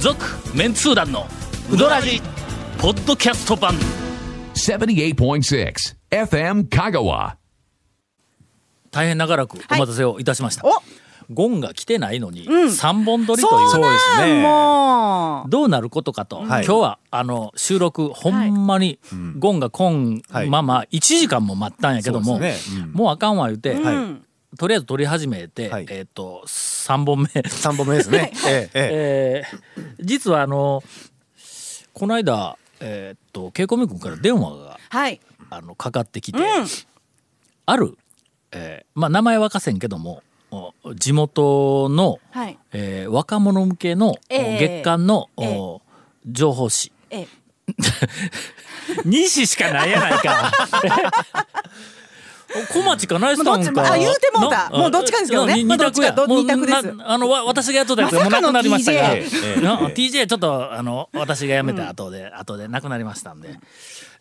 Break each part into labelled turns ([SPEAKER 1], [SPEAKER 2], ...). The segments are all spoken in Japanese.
[SPEAKER 1] 続メンツー団のウドラジポッドキャスト版
[SPEAKER 2] 78.6 FM Kagawa.
[SPEAKER 1] 大変長らくお待たせをいたしました、
[SPEAKER 3] お
[SPEAKER 1] ゴンが来てないのに3本撮りという
[SPEAKER 3] そう
[SPEAKER 4] そうです
[SPEAKER 3] なん
[SPEAKER 4] ね
[SPEAKER 3] もう
[SPEAKER 1] どうなることかと、
[SPEAKER 4] はい
[SPEAKER 1] 今日はあの収録ほんまにゴンがこん
[SPEAKER 4] はい
[SPEAKER 1] まま1時間も待ったんやけども、
[SPEAKER 4] そうですねうん
[SPEAKER 1] もうあかんわ言うて、
[SPEAKER 4] はい
[SPEAKER 1] とりあえず撮り始めて、
[SPEAKER 4] はい
[SPEAKER 1] えっ、と3本目
[SPEAKER 4] 三本目ですね。ええええ
[SPEAKER 1] えー実はあのこの間えーっとケイコミ君から電話が
[SPEAKER 3] はい
[SPEAKER 1] あのかかってきて、ある、えーまあ、名前はかせんけどもお地元の、
[SPEAKER 3] はい
[SPEAKER 1] えー若者向けの、
[SPEAKER 3] ええ
[SPEAKER 1] 月間の、
[SPEAKER 3] ええ
[SPEAKER 1] お情報誌
[SPEAKER 3] ええ
[SPEAKER 1] 2誌しかないやない か小町かナイスタウン
[SPEAKER 3] もうどっ
[SPEAKER 1] か
[SPEAKER 3] ちもあ言うてもうた
[SPEAKER 1] な
[SPEAKER 3] もうどっちかですけどね
[SPEAKER 1] なに
[SPEAKER 3] まあ
[SPEAKER 1] 二択や
[SPEAKER 3] どっちかど
[SPEAKER 1] もう
[SPEAKER 3] 二択です
[SPEAKER 1] なあのわ私がやっとったやつがもうなくなりましたが、
[SPEAKER 3] ま
[SPEAKER 4] さかの TJ
[SPEAKER 1] な
[SPEAKER 4] ええ
[SPEAKER 1] TJ ちょっとあの私が辞めた後で、後でなくなりましたんで、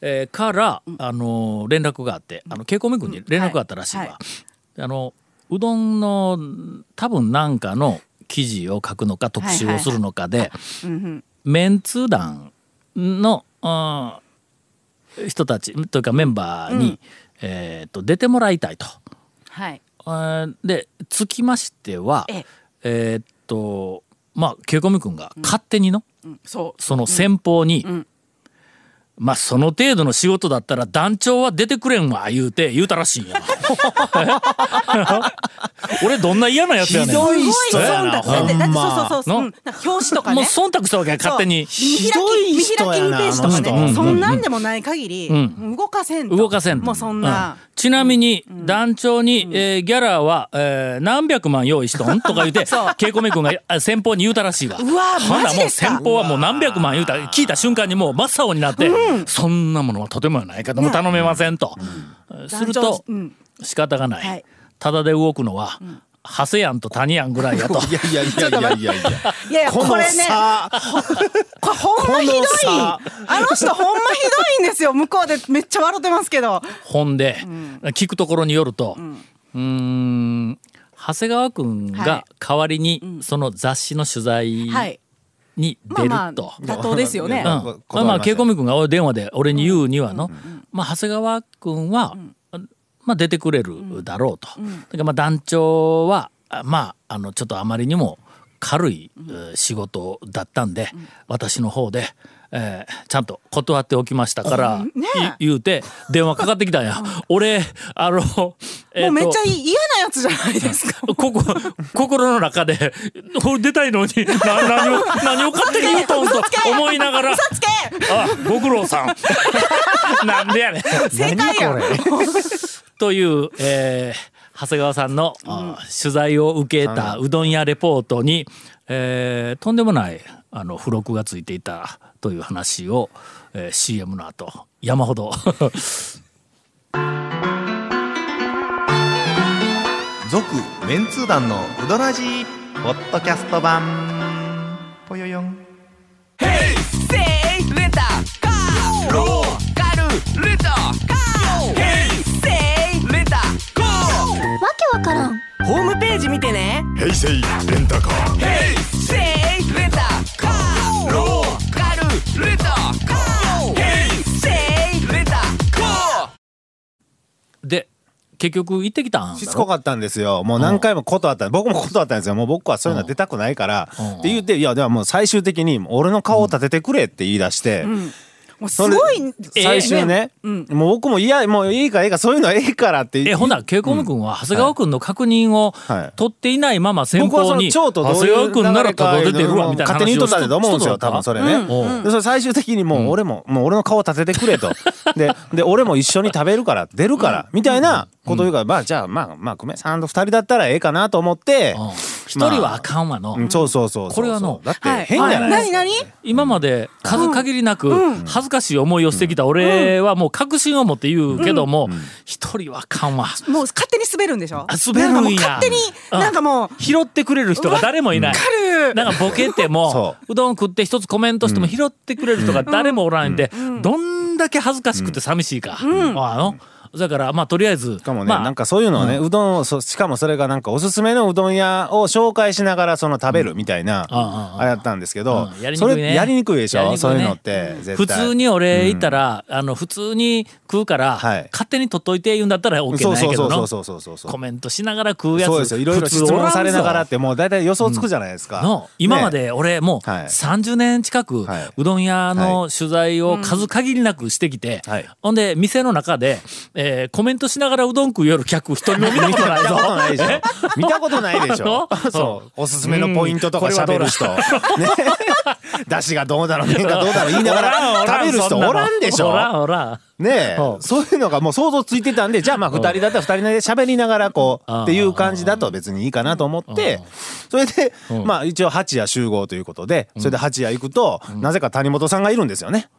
[SPEAKER 1] えーからあの連絡があってあの稽古目君に連絡があったらしいわ、
[SPEAKER 3] はいは
[SPEAKER 1] あのうどんの多分なんかの記事を書くのか特集をするのかで、メンツー団の、あー人たちというかメンバーに、えー、と出てもらいたいと。
[SPEAKER 3] は
[SPEAKER 1] え
[SPEAKER 3] い
[SPEAKER 1] ーでつきましては
[SPEAKER 3] ええ
[SPEAKER 1] えーっとまあケイコミ君が勝手にの、
[SPEAKER 3] うんそう
[SPEAKER 1] その先方に、まあその程度の仕事だったら団長は出てくれんわ言うて言うたらしいんや 俺どんな嫌なやつやねん
[SPEAKER 4] ひどい
[SPEAKER 3] す
[SPEAKER 4] 人
[SPEAKER 3] ごい
[SPEAKER 4] や
[SPEAKER 3] 忖
[SPEAKER 4] な
[SPEAKER 3] 度されてだってそうそうそうそう、
[SPEAKER 1] ほんま
[SPEAKER 3] うん、なんか表紙とか
[SPEAKER 1] も
[SPEAKER 3] ね
[SPEAKER 1] う忖度したわけや勝手に
[SPEAKER 3] 見開き見開き2ページとかね、
[SPEAKER 4] あの人
[SPEAKER 3] そんなんでもない限り、
[SPEAKER 1] ん
[SPEAKER 3] 動かせんと
[SPEAKER 1] 動かせんと
[SPEAKER 3] もうそんな
[SPEAKER 1] う、ちなみに団長に、えーギャラは、えー何百万用意しと んとか言うて稽古目君があ先方に言うたらしいわ
[SPEAKER 3] うわー
[SPEAKER 1] ほんな
[SPEAKER 3] マ
[SPEAKER 1] ら
[SPEAKER 3] ジ
[SPEAKER 1] もう
[SPEAKER 3] です
[SPEAKER 1] 先
[SPEAKER 3] か
[SPEAKER 1] 方はもう何百万言うた聞いた瞬間にもう真っ青になって、そんなものはとてもやないかとも頼めませんと、する
[SPEAKER 3] 団
[SPEAKER 1] と
[SPEAKER 3] 長うん
[SPEAKER 1] 仕方がない、
[SPEAKER 3] はい
[SPEAKER 1] ただで動くのは、ハセヤンとタニヤンぐらいや と
[SPEAKER 4] いやいやいやいやいやいや。
[SPEAKER 3] いやいや
[SPEAKER 4] こ
[SPEAKER 3] こ
[SPEAKER 4] の
[SPEAKER 3] れね
[SPEAKER 4] さ、
[SPEAKER 3] これほんまひどい
[SPEAKER 4] このさ
[SPEAKER 3] あの人ほんまひどいんですよ向こうでめっちゃ笑ってますけど
[SPEAKER 1] ほんで、聞くところによるとうーん長谷川君
[SPEAKER 3] は
[SPEAKER 1] が
[SPEAKER 3] い
[SPEAKER 1] 代わりにその雑誌の取材
[SPEAKER 3] はい
[SPEAKER 1] に出ると。
[SPEAKER 3] まあまあ妥当ですよね
[SPEAKER 1] うん、
[SPEAKER 4] こ
[SPEAKER 1] まあまあ
[SPEAKER 4] 断り
[SPEAKER 1] 稽
[SPEAKER 4] ました
[SPEAKER 1] 古見君がお電話で俺に言うにはの、まあ、長谷川君は、まあ、出てくれるだろうと、だからまあ団長はあまああのちょっとあまりにも軽い、えー仕事だったんで、私の方で、えーちゃんと断っておきましたから、い言うて電話かかってきたんや俺あの、えーと
[SPEAKER 3] もうめっちゃい嫌なやつじゃないですか
[SPEAKER 1] ここ心の中で俺出たいのにな 何を何を勝手に言うとんと思いながら
[SPEAKER 3] 嘘つけ
[SPEAKER 1] あ、ご苦労さ ん。なんでやねん。
[SPEAKER 3] 正解やん
[SPEAKER 1] という、えー長谷川さんの、あ取材を受けたうどん屋レポートに、えーとんでもないあの付録がついていたという話を、えー CM の後山ほど
[SPEAKER 5] 続メンツー団のウドラジーポッドキャスト版ぽよよん
[SPEAKER 1] で結局行ってきたん
[SPEAKER 4] し
[SPEAKER 1] だ
[SPEAKER 4] つこ
[SPEAKER 1] ろ
[SPEAKER 4] かったんですよ。もう何回も断った。僕も断ったんですよ。もう僕はそういうのは出たくないから。って言って、いや、ではもう最終的に、俺の顔を立ててくれって言い出して。
[SPEAKER 3] もうす
[SPEAKER 4] それ
[SPEAKER 3] ごい
[SPEAKER 4] 最終ね、もう僕もいやもういいからいいからそういうのはええからって
[SPEAKER 1] えほな稽古君は長谷川君の確認を
[SPEAKER 4] はい
[SPEAKER 1] 取っていないまま先
[SPEAKER 4] 僕はそ
[SPEAKER 1] 方
[SPEAKER 4] の
[SPEAKER 1] に
[SPEAKER 4] 蝶
[SPEAKER 1] 長
[SPEAKER 4] とどう
[SPEAKER 1] 谷
[SPEAKER 4] いう
[SPEAKER 1] 川君ならたど
[SPEAKER 4] 流れ
[SPEAKER 1] 出
[SPEAKER 4] か
[SPEAKER 1] てるわみたいな
[SPEAKER 4] 勝手に
[SPEAKER 1] 話
[SPEAKER 4] 言
[SPEAKER 1] を
[SPEAKER 4] っとったんだと思うんですよ
[SPEAKER 1] しと
[SPEAKER 4] 多
[SPEAKER 1] った
[SPEAKER 4] 分それね、
[SPEAKER 1] うん
[SPEAKER 4] でそれ最終的にもう俺も、もう俺の顔立ててく れとでで俺も一緒に食べるから出るから、みたいなこと言うから、まあじゃあまあまあごめんさんと二人だったらええかなと思って
[SPEAKER 1] うん一人はあかんわの、
[SPEAKER 4] うんそうそうそうそう
[SPEAKER 1] これはの
[SPEAKER 4] だって
[SPEAKER 3] はい
[SPEAKER 4] 変じゃないで
[SPEAKER 3] 何
[SPEAKER 4] すか、
[SPEAKER 3] 何
[SPEAKER 1] 今まで数限りなく恥ずかしい思いをしてきた俺はもう確信を持って言うけども一人はあかんわ
[SPEAKER 3] もう勝手に滑るんでしょ
[SPEAKER 1] あ滑るんや
[SPEAKER 3] なんかもう勝手に
[SPEAKER 1] うん
[SPEAKER 3] なんかもう
[SPEAKER 1] 拾ってくれる人が誰もいない
[SPEAKER 3] かる
[SPEAKER 1] なんかボケても
[SPEAKER 4] そう
[SPEAKER 1] どん食って一つコメントしても拾ってくれる人が誰もおらんでどんだけ恥ずかしくて寂しいかあのだからまあとりあえず
[SPEAKER 4] しかもね、
[SPEAKER 1] まあ、
[SPEAKER 4] なんかそういうのはね、うどんをそしかもそれがなんかおすすめのうどん屋を紹介しながらその食べるみたいな、
[SPEAKER 1] うんあああ
[SPEAKER 4] あれやったんですけど、
[SPEAKER 1] うんやりに
[SPEAKER 4] そ
[SPEAKER 1] くいね
[SPEAKER 4] れやりにくいでし
[SPEAKER 1] やり
[SPEAKER 4] ょ、
[SPEAKER 1] にくいね
[SPEAKER 4] そういうのって絶
[SPEAKER 1] 普
[SPEAKER 4] 対
[SPEAKER 1] 通に俺行ったら、あの普通に食うから、
[SPEAKER 4] はい
[SPEAKER 1] 勝手に取っといて言うんだったら OK
[SPEAKER 4] そ
[SPEAKER 1] なや
[SPEAKER 4] うんそう
[SPEAKER 1] け
[SPEAKER 4] そ
[SPEAKER 1] ど
[SPEAKER 4] う
[SPEAKER 1] な
[SPEAKER 4] そうそうそうそう
[SPEAKER 1] コメントしながら食うやつ
[SPEAKER 4] そうですよいろいろ質
[SPEAKER 1] 普通おら
[SPEAKER 4] 問
[SPEAKER 1] んぞ
[SPEAKER 4] されながらってもう大体予想つくじゃないですか、
[SPEAKER 1] の今まで俺もう
[SPEAKER 4] はい
[SPEAKER 1] 30年近く
[SPEAKER 4] はいう
[SPEAKER 1] どん屋の取材を数限りなくしてきて、
[SPEAKER 4] はい
[SPEAKER 1] ほんで店の中で、えーコメントしねながらうどん食う夜客一人も見たことない
[SPEAKER 4] 見た
[SPEAKER 1] ぞ
[SPEAKER 4] こ。とないでしょ見たことないでしょ
[SPEAKER 1] あの
[SPEAKER 4] そうおすすめのポイントとか喋る人ね出汁がどうだろう麺が どうだろう言いなが
[SPEAKER 1] おん
[SPEAKER 4] ら
[SPEAKER 1] おん
[SPEAKER 4] 食べる人
[SPEAKER 1] そな
[SPEAKER 4] お
[SPEAKER 1] の
[SPEAKER 4] らんでし
[SPEAKER 1] おらん
[SPEAKER 4] ょ
[SPEAKER 1] おらん
[SPEAKER 4] ねえ
[SPEAKER 1] うん
[SPEAKER 4] そういうのがもう想像ついてたんでじゃあまあ2人だったら2人で喋りながらこう
[SPEAKER 1] うん
[SPEAKER 4] っていう感じだと別にいいかなと思ってそれで
[SPEAKER 1] うん
[SPEAKER 4] まあ一応八夜集合ということでそれで八夜行くとなぜか谷本さんがいるんですよね。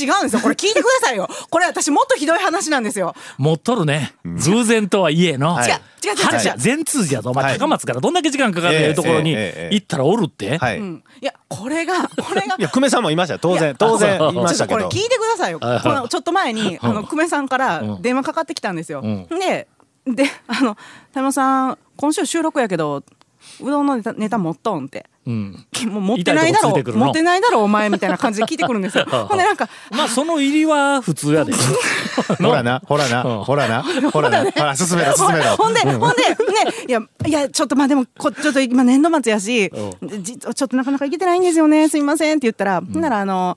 [SPEAKER 3] 違うんですよ。これ聞いてくださいよ。これ私もっとひどい話なんですよ。
[SPEAKER 1] 持っとるね偶然とはいえの、
[SPEAKER 4] はい違
[SPEAKER 3] う違う違う
[SPEAKER 1] 八
[SPEAKER 3] 違う
[SPEAKER 1] 全通じやぞお前、
[SPEAKER 4] はい
[SPEAKER 1] 高松からどんだけ時間かかるというところに
[SPEAKER 4] ええええええ
[SPEAKER 1] 行ったらおるって、
[SPEAKER 4] は
[SPEAKER 3] う
[SPEAKER 4] い、い
[SPEAKER 3] ん。いや、これが、これが。
[SPEAKER 4] や久米さんもいましたよ当
[SPEAKER 3] い
[SPEAKER 4] 然
[SPEAKER 3] や
[SPEAKER 4] 当然
[SPEAKER 1] あそう
[SPEAKER 4] いまし
[SPEAKER 3] ちょ
[SPEAKER 4] た
[SPEAKER 3] っと
[SPEAKER 4] け
[SPEAKER 3] これ
[SPEAKER 4] ど
[SPEAKER 3] 聞いてくださいよ。こ
[SPEAKER 1] はいはい
[SPEAKER 3] のちょっと前に、あの、久米さんから
[SPEAKER 1] うん
[SPEAKER 3] 電話かかってきたんですよ。
[SPEAKER 1] うん
[SPEAKER 3] で、で、あの、田山さん、今週収録やけど、うどんのネタネタ持っとんって。
[SPEAKER 1] うん
[SPEAKER 3] もう持ってないだろ
[SPEAKER 1] 痛いとこついてくるの
[SPEAKER 3] 持ってないだろお前みたいな感じで聞いてくるんです よ。ほんでなんか、
[SPEAKER 1] まあその入りは普通やで
[SPEAKER 4] ほらな、ほらな、ほらな、ほらな、ほら、進めろ、進めろ。
[SPEAKER 3] ほんで、ほんで、ね、いや、いや、ちょっと、まあ、でも、こ、ちょっと、今年度末やし
[SPEAKER 1] う。
[SPEAKER 3] じ、ちょっと、なかなか行けてないんですよね、すみませんって言ったら、ほんなら、あの、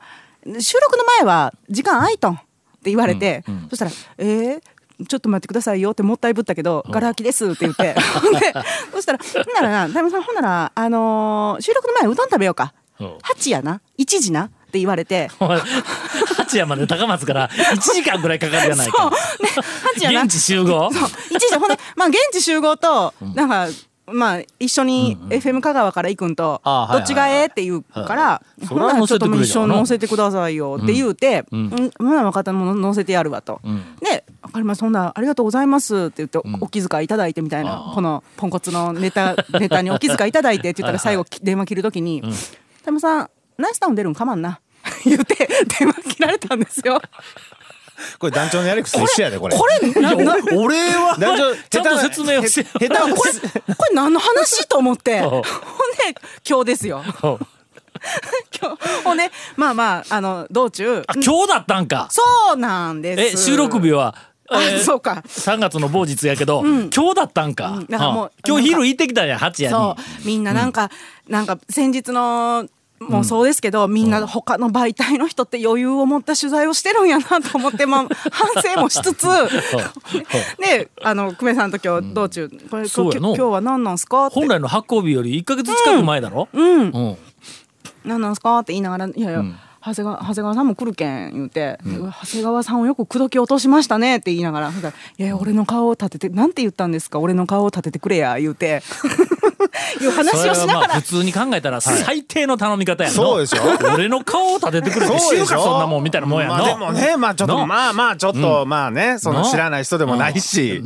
[SPEAKER 3] 収録の前は、時間空いとん。って言われて、そしたら、えーちょっと待ってくださいよってもったいぶったけど、ガラ空きですって言って、ほんで、そしたら、ほんならな、大門さん、ほんなら、あのー収録の前うどん食べようか
[SPEAKER 1] うん。
[SPEAKER 3] 八やな、一時なって言われて、
[SPEAKER 1] お前八夜まで高松から1時間ぐらいかかるじゃない
[SPEAKER 3] そう、
[SPEAKER 1] か
[SPEAKER 3] ね、八やな
[SPEAKER 1] 現。地集合
[SPEAKER 3] そう一時ほんで、まあ、現地集合と、なんか、まあ、一緒に FM 香川から行くんと、
[SPEAKER 1] あはいはい
[SPEAKER 3] どっちがええって言うから、
[SPEAKER 1] い
[SPEAKER 3] ほんならちょっともう一緒
[SPEAKER 1] それは乗せてくれるよ
[SPEAKER 3] に
[SPEAKER 1] な
[SPEAKER 3] 乗せてくださいよって言うて、うん、うんほな分かった、もう乗せてやるわと。で、分かります、そんな、ありがとうございますって言って、お気遣いいただいてみたいな、このポンコツのネタ、 ネタにお気遣いいただいてって言ったら、最後、き電話切るときに、田山さん、ナイスタウン出るんかまんな。 言って電話切られたんですよ。
[SPEAKER 4] これ団長のやり口と一緒やで、これ。
[SPEAKER 3] こ れなな
[SPEAKER 4] 俺は団長、
[SPEAKER 1] ちゃんと説明をして
[SPEAKER 4] 下手な
[SPEAKER 3] これ、これ何の話と 思って。
[SPEAKER 1] うん
[SPEAKER 3] ほんで、今日ですよ。
[SPEAKER 1] うん
[SPEAKER 3] 今日。ほんで、まあまあ、あの、道中。
[SPEAKER 1] あ今日だったんか
[SPEAKER 3] そうなんで
[SPEAKER 1] え
[SPEAKER 3] す。
[SPEAKER 1] 収録日は、え
[SPEAKER 3] あ
[SPEAKER 1] ー、
[SPEAKER 3] そうか。
[SPEAKER 1] 3月の某日やけど、今日だったんか,うん、
[SPEAKER 3] うんだからもう
[SPEAKER 1] 今日昼行ってきたんや八夜に
[SPEAKER 3] そう。みんななんか、なんか先日の、もうそうですけど、みんな他の媒体の人って余裕を持った取材をしてるんやなと思って、まあ、反省もしつつ、で、あの、久米さんと今日道中、これ、
[SPEAKER 1] そう
[SPEAKER 3] 今
[SPEAKER 1] や
[SPEAKER 3] 日
[SPEAKER 1] な
[SPEAKER 3] 今日は何なんすかって
[SPEAKER 1] 本。来の発行日より1か月近く前だろ、
[SPEAKER 3] うん。
[SPEAKER 1] うん
[SPEAKER 3] なんなんすかって言いながら「いやいや、長谷川長谷川さんも来るけん」言うて、うわ長谷川さんをよく口説き落としましたね」って言いながらそしたら「いやいや俺の顔を立ててなんて言ったんですか俺の顔を立ててくれや」言うて いう
[SPEAKER 1] そ
[SPEAKER 3] 話
[SPEAKER 1] れ
[SPEAKER 3] を
[SPEAKER 1] は
[SPEAKER 3] しな
[SPEAKER 1] ま
[SPEAKER 3] が
[SPEAKER 1] あ
[SPEAKER 3] ら
[SPEAKER 1] 普通に考えたら最低の頼み方やの
[SPEAKER 4] そうでしょ
[SPEAKER 1] 俺の顔を立ててくれて知るかそんなもんみたいなもんやの、
[SPEAKER 4] まあでもね、まあちょっ
[SPEAKER 1] の
[SPEAKER 4] と、まあまあちょっと、まあね、その
[SPEAKER 1] の
[SPEAKER 4] 知らない人でもないし。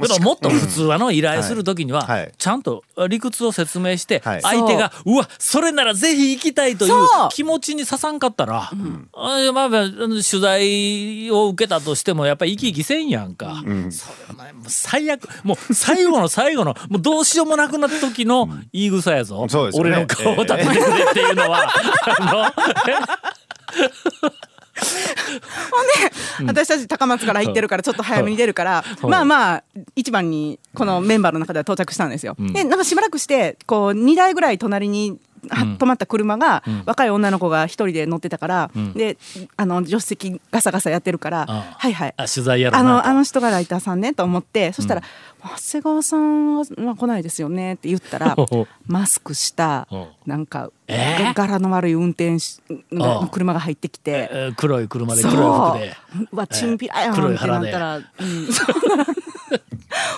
[SPEAKER 1] けどもっと普通はの依頼するときには、
[SPEAKER 4] はいはい
[SPEAKER 1] ちゃんと理屈を説明して、
[SPEAKER 4] はい
[SPEAKER 1] 相手がうわそれならぜひ行きたいという
[SPEAKER 3] そう
[SPEAKER 1] 気持ちにささんかったら、あいやまあまああの取材を受けたとしてもやっぱり生き生きせんやんか、それはねもう最悪もう最後の最後の もうどうしようもなくなった時の言い草やぞ、
[SPEAKER 4] そうですよね
[SPEAKER 1] 俺の顔を立ててくれっていうのは。あの
[SPEAKER 3] 私たち高松から行ってるからちょっと早めに出るから、まあまあ一番にこのメンバーの中では到着したんですよ。でなんかしばらくしてこう2台ぐらい隣には止まった車が、若い女の子が一人で乗ってたから、であの助手席ガサガサやってるから、
[SPEAKER 1] あ
[SPEAKER 3] はいはい
[SPEAKER 1] あ取材やろ
[SPEAKER 3] あ
[SPEAKER 1] うな
[SPEAKER 3] の
[SPEAKER 1] と
[SPEAKER 3] あの人がライターさんねと思ってそしたら、長谷川さんはまあ来ないですよねって言っ たらマスクした
[SPEAKER 1] うん
[SPEAKER 3] なんか、
[SPEAKER 1] えー
[SPEAKER 3] 柄の悪い運転手
[SPEAKER 1] うん
[SPEAKER 3] の車が入ってきて。
[SPEAKER 1] えー黒い車で黒い服 で。
[SPEAKER 3] そううわチンピラやんっ
[SPEAKER 1] 黒い
[SPEAKER 3] てな
[SPEAKER 1] 腹
[SPEAKER 3] っ
[SPEAKER 1] で
[SPEAKER 3] たら、うん、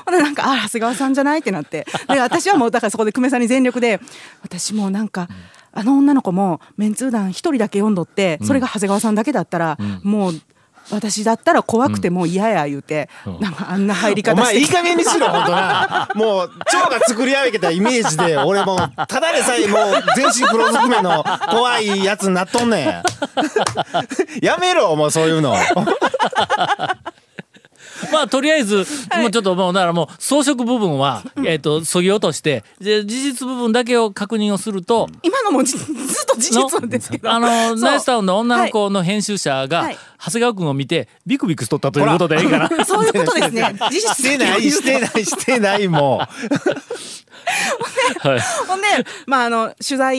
[SPEAKER 3] ほんでなんかあ長谷川さんじゃないってなってで私はもうだからそこで久米さんに全力で私もうなんか、あの女の子もメンツー団一人だけ読んどってそれが長谷川さんだけだったら、もう私だったら怖くてもう嫌や言うて、なんかあんな入り
[SPEAKER 4] お
[SPEAKER 3] 方し
[SPEAKER 4] 前
[SPEAKER 3] てき
[SPEAKER 4] いい
[SPEAKER 3] て
[SPEAKER 4] 加減にしろ、ほんとな。もう、蝶が作り上げたイメージで、俺もう、ただでさえもう、全身黒ずくめの怖いやつになっとんねん。やめろ、もうそういうの。
[SPEAKER 1] まああとりあえず、もうちょっともうだからもう装飾部分は、えっ、とそぎ落としてで事実部分だけを確認をすると、
[SPEAKER 3] 今のもじずっと事実なんですけど
[SPEAKER 1] あのナイスタウンの女の
[SPEAKER 3] は
[SPEAKER 1] 子の編集者が、
[SPEAKER 3] はい
[SPEAKER 1] 長谷川君を見てビクビクしとったということでいいかない
[SPEAKER 3] そういうことですね事
[SPEAKER 4] し
[SPEAKER 3] 実
[SPEAKER 4] てないしてないしてないもう
[SPEAKER 1] はい
[SPEAKER 3] ほんで、まあ、あの取材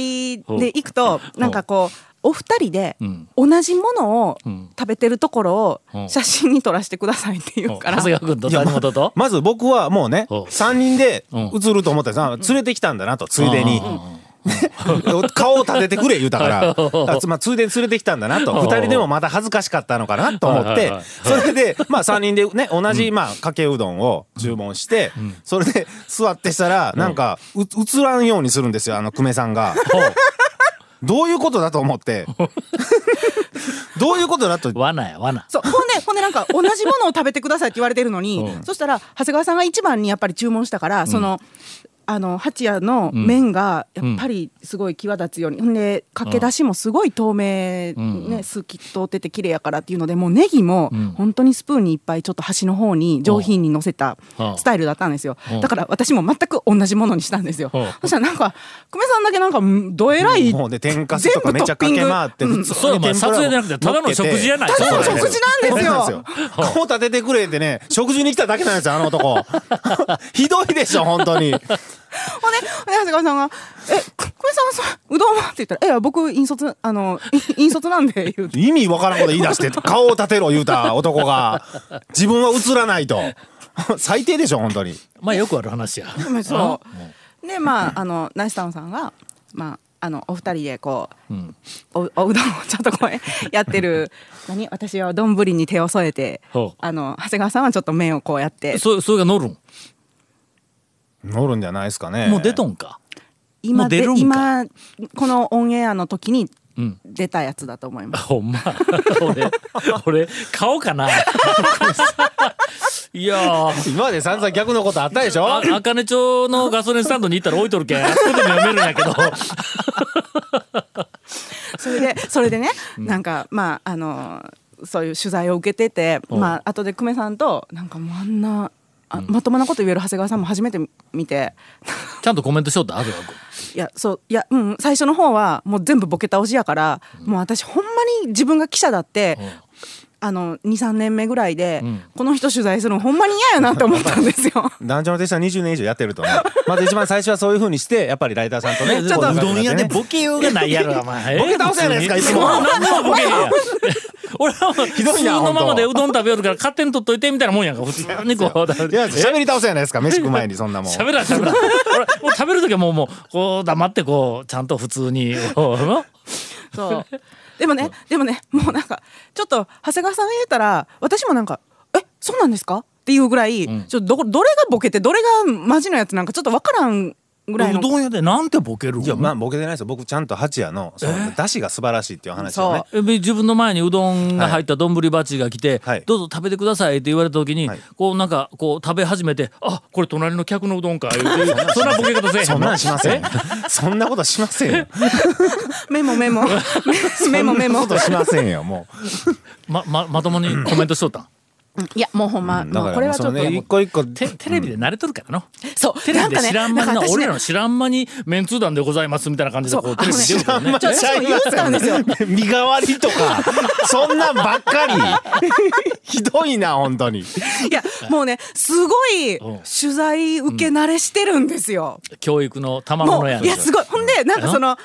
[SPEAKER 3] で行くとなんかこうお二人で
[SPEAKER 1] ん
[SPEAKER 3] 同じものを
[SPEAKER 1] ん
[SPEAKER 3] 食べてるところ
[SPEAKER 1] う
[SPEAKER 3] を
[SPEAKER 1] ん
[SPEAKER 3] 写真に撮らせてくださいって言う
[SPEAKER 1] 長
[SPEAKER 3] から。
[SPEAKER 1] 谷川君と谷本と。
[SPEAKER 4] まず僕はもうね
[SPEAKER 1] お
[SPEAKER 4] 3人で
[SPEAKER 1] うん
[SPEAKER 4] 映ると思ったら連れてきたんだなとついでに。顔を立ててくれ言うたからあつまあついでに連れてきたんだなと2人でもまた恥ずかしかったのかなと思っ
[SPEAKER 1] はいはい
[SPEAKER 4] て
[SPEAKER 1] はい
[SPEAKER 4] それでまあ3人でね同じまあかけうどんを注文してそれで座ってしたらなんかう映らんようにするんですよあの久米さんが。どういうことだと思ってどういうことだと
[SPEAKER 1] 罠や罠。
[SPEAKER 3] そうほんでほんでなんか同じものを食べてくださいって言われてるのに、そしたら長谷川さんが一番にやっぱり注文したから、その。あの八谷の麺がやっぱりすごい際立つように、ほんでかけ出しもすごい透明、ね透き通ってて綺麗やからっていうのでもうネギも本当にスプーンにいっぱいちょっと端の方に上品に乗せた
[SPEAKER 1] うん
[SPEAKER 3] スタイルだったんですよ
[SPEAKER 1] うん
[SPEAKER 3] だから私も全く同じものにしたんですよ
[SPEAKER 1] うん
[SPEAKER 3] そしたらなんか久米さんだけなんかうんどえらい
[SPEAKER 4] もうね天かすとかめっちゃ
[SPEAKER 3] 全部
[SPEAKER 4] 駆け
[SPEAKER 3] ト
[SPEAKER 4] 回
[SPEAKER 3] ッ
[SPEAKER 4] っ
[SPEAKER 3] ピ
[SPEAKER 4] て
[SPEAKER 3] ング
[SPEAKER 4] 普通に
[SPEAKER 1] そうやまあ
[SPEAKER 4] 天ぷら
[SPEAKER 1] 撮影じゃなくてただの食事やない
[SPEAKER 4] 乗っけて
[SPEAKER 1] ただの
[SPEAKER 4] そう
[SPEAKER 3] 食事なんですよ
[SPEAKER 4] そうなんですよ顔立ててくれってね食事に来ただけなんですよあの男 ひどいでしょ本当に
[SPEAKER 3] ほんで、ほんで長谷川さんが、え、く久米さんはそう、うどんはって言ったら、いや、僕、引率、あの、 い引率なんで、言うて。
[SPEAKER 4] 意味わからんこと言い出して顔を立てろ言うた男が自分は映らないと最低でしょ本当に
[SPEAKER 1] まあよくある話や。
[SPEAKER 3] そう。で、まあ、あの、ナイスタウンさんが、まあ、あの、お二人で、こう、お、おうどんをちょっとこう、やっ てる、何私は丼に手を添えて
[SPEAKER 1] ほう、
[SPEAKER 3] あの、長谷川さんはちょっと麺をこうやって、
[SPEAKER 1] そうそれが乗るん。
[SPEAKER 4] 乗るんじゃないですかね
[SPEAKER 1] もう出とんか。も
[SPEAKER 3] 今
[SPEAKER 1] う出
[SPEAKER 3] で
[SPEAKER 1] るん、か
[SPEAKER 3] 今、このオンエアの時に
[SPEAKER 1] うん
[SPEAKER 3] 出たやつだと思います。
[SPEAKER 1] ほんま。 俺俺買おうか な。 いやー。
[SPEAKER 4] 今まで散々逆のことあったでしょ
[SPEAKER 1] あ茜町のガソリンスタンドに行ったら置いとるけんあそこでも読めるんやけど
[SPEAKER 3] それ でそれでね、なんかまああのそういう取材を受けてて、
[SPEAKER 1] うん
[SPEAKER 3] まあ後で久米さんとなんかもうあんなあまともなこと言える長谷川さんも初めて見て
[SPEAKER 1] ちゃんとコメントしようったあるわ
[SPEAKER 3] いやそういやうん最初の方はもう全部ボケ倒しやから、もう私ほんまに自分が記者だって、あの23年目ぐらいで、
[SPEAKER 1] うん
[SPEAKER 3] この人取材するのほんまに嫌やなって思ったんですよ。
[SPEAKER 4] 男女の手下20年以上やってるとねまず一番最初はそういうふうにしてやっぱりライターさんとね
[SPEAKER 1] ちょっとう
[SPEAKER 4] こ
[SPEAKER 1] どん屋で
[SPEAKER 4] 仲良くなってね
[SPEAKER 1] ボケようがないや ろお前ボ
[SPEAKER 4] ケ倒せやないですかいつも
[SPEAKER 1] 何にもボケへんやん俺はもう普
[SPEAKER 4] どい
[SPEAKER 1] 通
[SPEAKER 4] な
[SPEAKER 1] のま
[SPEAKER 4] ほ
[SPEAKER 1] ま
[SPEAKER 4] んと
[SPEAKER 1] でうどん食べよるから勝手に取っといてみたいなもんやんか普通にこう
[SPEAKER 4] いや喋り倒せやないですか飯食う前にそん なもん
[SPEAKER 1] 喋らん喋らん俺もう食べる時はもうもうこう黙ってこうちゃんと普通に こう
[SPEAKER 3] そう。でもね、でもね、もうなんか、ちょっと長谷川さんが言えたら、私もなんか、え、そうなんですかっていうぐらい、ちょっとど、どれがボケて、どれがマジのやつなんか、ちょっとわからんぐらいの。
[SPEAKER 1] うどん屋でなんてボケるん
[SPEAKER 4] いやまあボケてないですよ僕ちゃんと八谷のその出汁が素晴らしいっていう話をね
[SPEAKER 1] え自分の前にうどんが入った丼鉢が来て、
[SPEAKER 4] はい
[SPEAKER 1] どうぞ食べてくださいって言われた時に、
[SPEAKER 4] はい
[SPEAKER 1] こうなんかこう食べ始めてあこれ隣の客のうどんか言うてそんなボケ方せえへんの
[SPEAKER 4] そんなんしません そんなことしませんよ
[SPEAKER 3] メモメモ。メモメ
[SPEAKER 4] そんな
[SPEAKER 3] モ
[SPEAKER 4] こ。としませんよもう
[SPEAKER 1] まままともにコメントしとったん
[SPEAKER 3] うんいや、もうほんま、
[SPEAKER 4] だ
[SPEAKER 3] も
[SPEAKER 4] か
[SPEAKER 3] う
[SPEAKER 4] ら
[SPEAKER 3] これはち
[SPEAKER 4] そ
[SPEAKER 3] ょ
[SPEAKER 4] の
[SPEAKER 3] っと。
[SPEAKER 4] ね一個一個
[SPEAKER 1] テテレビで慣れとるからの、
[SPEAKER 3] そう、
[SPEAKER 1] テレビで知らん間にな、
[SPEAKER 3] 私
[SPEAKER 1] 俺らの知らん間にメンツー団でございますみたいな感じで
[SPEAKER 3] そう
[SPEAKER 1] こうテレビで出る
[SPEAKER 4] 知
[SPEAKER 1] からら
[SPEAKER 4] ん
[SPEAKER 1] ね
[SPEAKER 4] 間ちゃいま
[SPEAKER 3] 私も言ったんですよ
[SPEAKER 4] せん身代わりとかそんなんばっかり ひどいな本当に
[SPEAKER 3] いや、もうね、すごい
[SPEAKER 1] うん
[SPEAKER 3] 取材受け慣れしてるんですよ。
[SPEAKER 1] 教育の賜
[SPEAKER 3] も
[SPEAKER 1] 物
[SPEAKER 3] う、
[SPEAKER 1] やん
[SPEAKER 3] いや、すごい。ほんで、なんかその、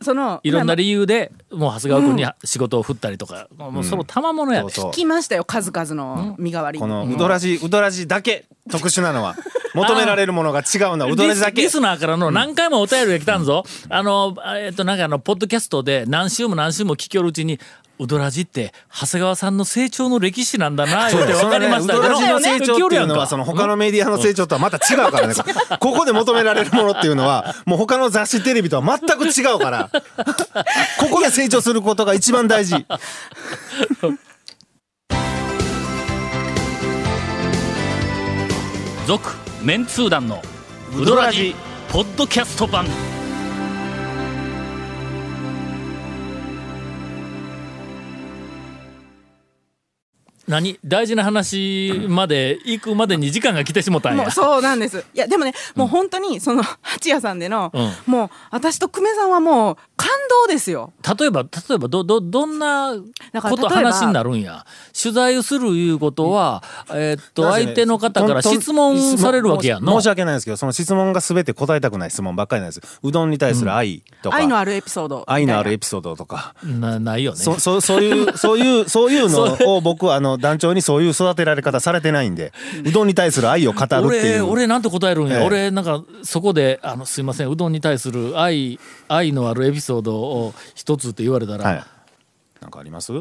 [SPEAKER 3] その、
[SPEAKER 1] いろんな理由でもう長谷川君に仕事を振ったりとか、もうその賜物やで、
[SPEAKER 4] そうそう
[SPEAKER 3] 聞きましたよ、数々の身代わりに。
[SPEAKER 4] このうどらじうどらじだけ特殊なのは求められるものが違うのはうどら
[SPEAKER 1] リス
[SPEAKER 4] じだけ
[SPEAKER 1] リスナーからの何回もお便りが来たんぞ、あのあえっとなんかあのポッドキャストで何週も何週も聞きよるうちに「ウドラジって長谷川さんの成長の歴史なんだな」言
[SPEAKER 4] そうう
[SPEAKER 1] て
[SPEAKER 4] よ
[SPEAKER 1] 分かりました
[SPEAKER 4] そのねうどらじの成長っていうの
[SPEAKER 1] 聞きよるやん
[SPEAKER 4] は
[SPEAKER 1] か
[SPEAKER 4] その他のメディアの成長とはまた違うからね。ここで求められるものっていうのはもう他の雑誌テレビとは全く違うから。ここで成長することが一番大事。
[SPEAKER 1] 続メンツー団のウドラジポッドキャスト版何大事な話まで行くまでに時間が来てしもたん
[SPEAKER 3] も
[SPEAKER 1] や
[SPEAKER 3] う。そうなんですいやでもねもう本当にその八谷さんでの、
[SPEAKER 1] うん
[SPEAKER 3] もう私と久米さんはもう感動ですよ
[SPEAKER 1] 例えば、例えば、ど、ど、どんな
[SPEAKER 3] だ
[SPEAKER 1] こ
[SPEAKER 3] から例え
[SPEAKER 1] と
[SPEAKER 3] ば
[SPEAKER 1] 話になるんや。取材をするいうことは、えーっと、
[SPEAKER 4] なぜ
[SPEAKER 1] 相手の方から
[SPEAKER 4] とんとん
[SPEAKER 1] 質問されるわけやん
[SPEAKER 4] 申し
[SPEAKER 1] の
[SPEAKER 4] 申し。訳ないですけど、その質問が全て答えたくない質問ばっかりなんです。うどんに対する愛とか、
[SPEAKER 3] 愛のあるエピソード
[SPEAKER 4] 愛のあるエ
[SPEAKER 3] ピ
[SPEAKER 4] ピソードとか、
[SPEAKER 1] なないよね。
[SPEAKER 4] そそそういう、そういう、そういうのを僕はあの団長にそういう育てられ方されてないんで、うどんに対する愛を語るってい
[SPEAKER 1] 俺、
[SPEAKER 4] う。
[SPEAKER 1] 俺なんて答えるんや。
[SPEAKER 4] ええ
[SPEAKER 1] 俺、なんか、そこで、あの、すいません、うどんに対する愛、愛のあるエピソードを一つって言われたら、
[SPEAKER 4] はい。なんかあります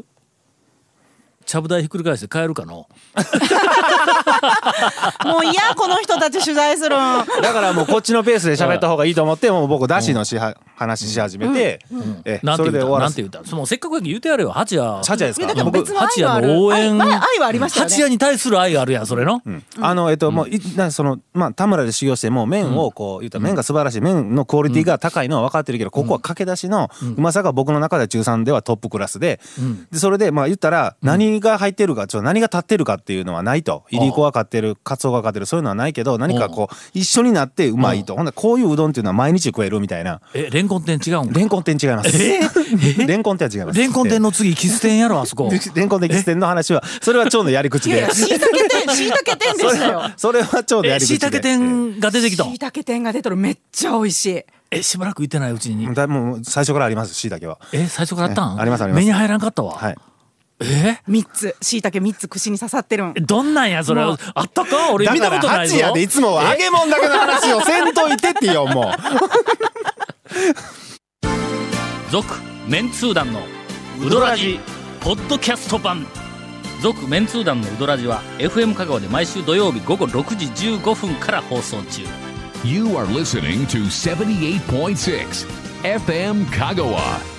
[SPEAKER 1] ちゃぶ台ひっくり返して帰るかの。
[SPEAKER 3] ソードもういやこの人たち取材するん
[SPEAKER 4] だからもうこっちのペースで喋った方がいいと思って、もう僕、だしのしは話し始めて、え
[SPEAKER 1] なん
[SPEAKER 4] そ
[SPEAKER 1] て
[SPEAKER 4] れで
[SPEAKER 1] 言
[SPEAKER 4] 終
[SPEAKER 1] うた
[SPEAKER 4] わ
[SPEAKER 1] なん
[SPEAKER 4] らせ
[SPEAKER 1] て言うたもうせっかくやけん言うてやれよ。八谷。
[SPEAKER 4] 八谷です
[SPEAKER 3] いや
[SPEAKER 4] か
[SPEAKER 3] だから
[SPEAKER 1] 僕
[SPEAKER 3] 別の愛のあ
[SPEAKER 1] 八谷の
[SPEAKER 3] る
[SPEAKER 1] 応援
[SPEAKER 3] 愛愛愛はありましたよね
[SPEAKER 1] 八谷に対する愛があるやん、それの。
[SPEAKER 4] あのえっと、もういなそのまあ田村で修行してもう麺をこう言ったら麺が素晴らしい麺のクオリティが高いのは分かってるけどここは駆け出しのうまさが僕の中では中3ではトップクラスで,、でそれでまあ言ったら何が入ってるかちょっと何が立ってるかっていうのはないといりこが買ってるかつおが買ってるそういうのはないけど何かこう一緒になってうまいとほんならこういううどんっていうのは毎日食えるみたいな
[SPEAKER 1] え、レンコン店違うんか
[SPEAKER 4] レンコン店違います。レンコン店は違います。
[SPEAKER 1] レンコン店の次、キス店やろ、あそ こ。
[SPEAKER 4] でレンコン店喫店の話はそれは蝶のやり口
[SPEAKER 3] い
[SPEAKER 4] で。
[SPEAKER 3] やいやしいたけ店しいたけ店で
[SPEAKER 4] それ
[SPEAKER 3] したよ
[SPEAKER 4] はそれは蝶のや
[SPEAKER 1] え、
[SPEAKER 4] り口
[SPEAKER 1] し
[SPEAKER 4] で。
[SPEAKER 1] いたけ店が出てきたん
[SPEAKER 3] しいたけ店が出とるめっちゃ美味しい
[SPEAKER 1] え、しばらく行ってないうちに
[SPEAKER 4] もう。だもう最初からありますしいたけは
[SPEAKER 1] え、最初からあったん
[SPEAKER 4] えありますあります
[SPEAKER 1] 目に入らんかったわ。
[SPEAKER 4] はい
[SPEAKER 1] え
[SPEAKER 3] 三つしいたけ三つ串に刺さってるん
[SPEAKER 1] どんなんや、それ。あったか俺見たことないぞ。
[SPEAKER 4] やでいつもは揚げもんだけの話をせんといてってよも
[SPEAKER 1] 続メンツー団のウドラジポッドキャスト版続メンツー団のウドラジは FM 香川で毎週土曜日午後6時15分から放送中
[SPEAKER 2] You are listening to 78.6 FM Kagawa.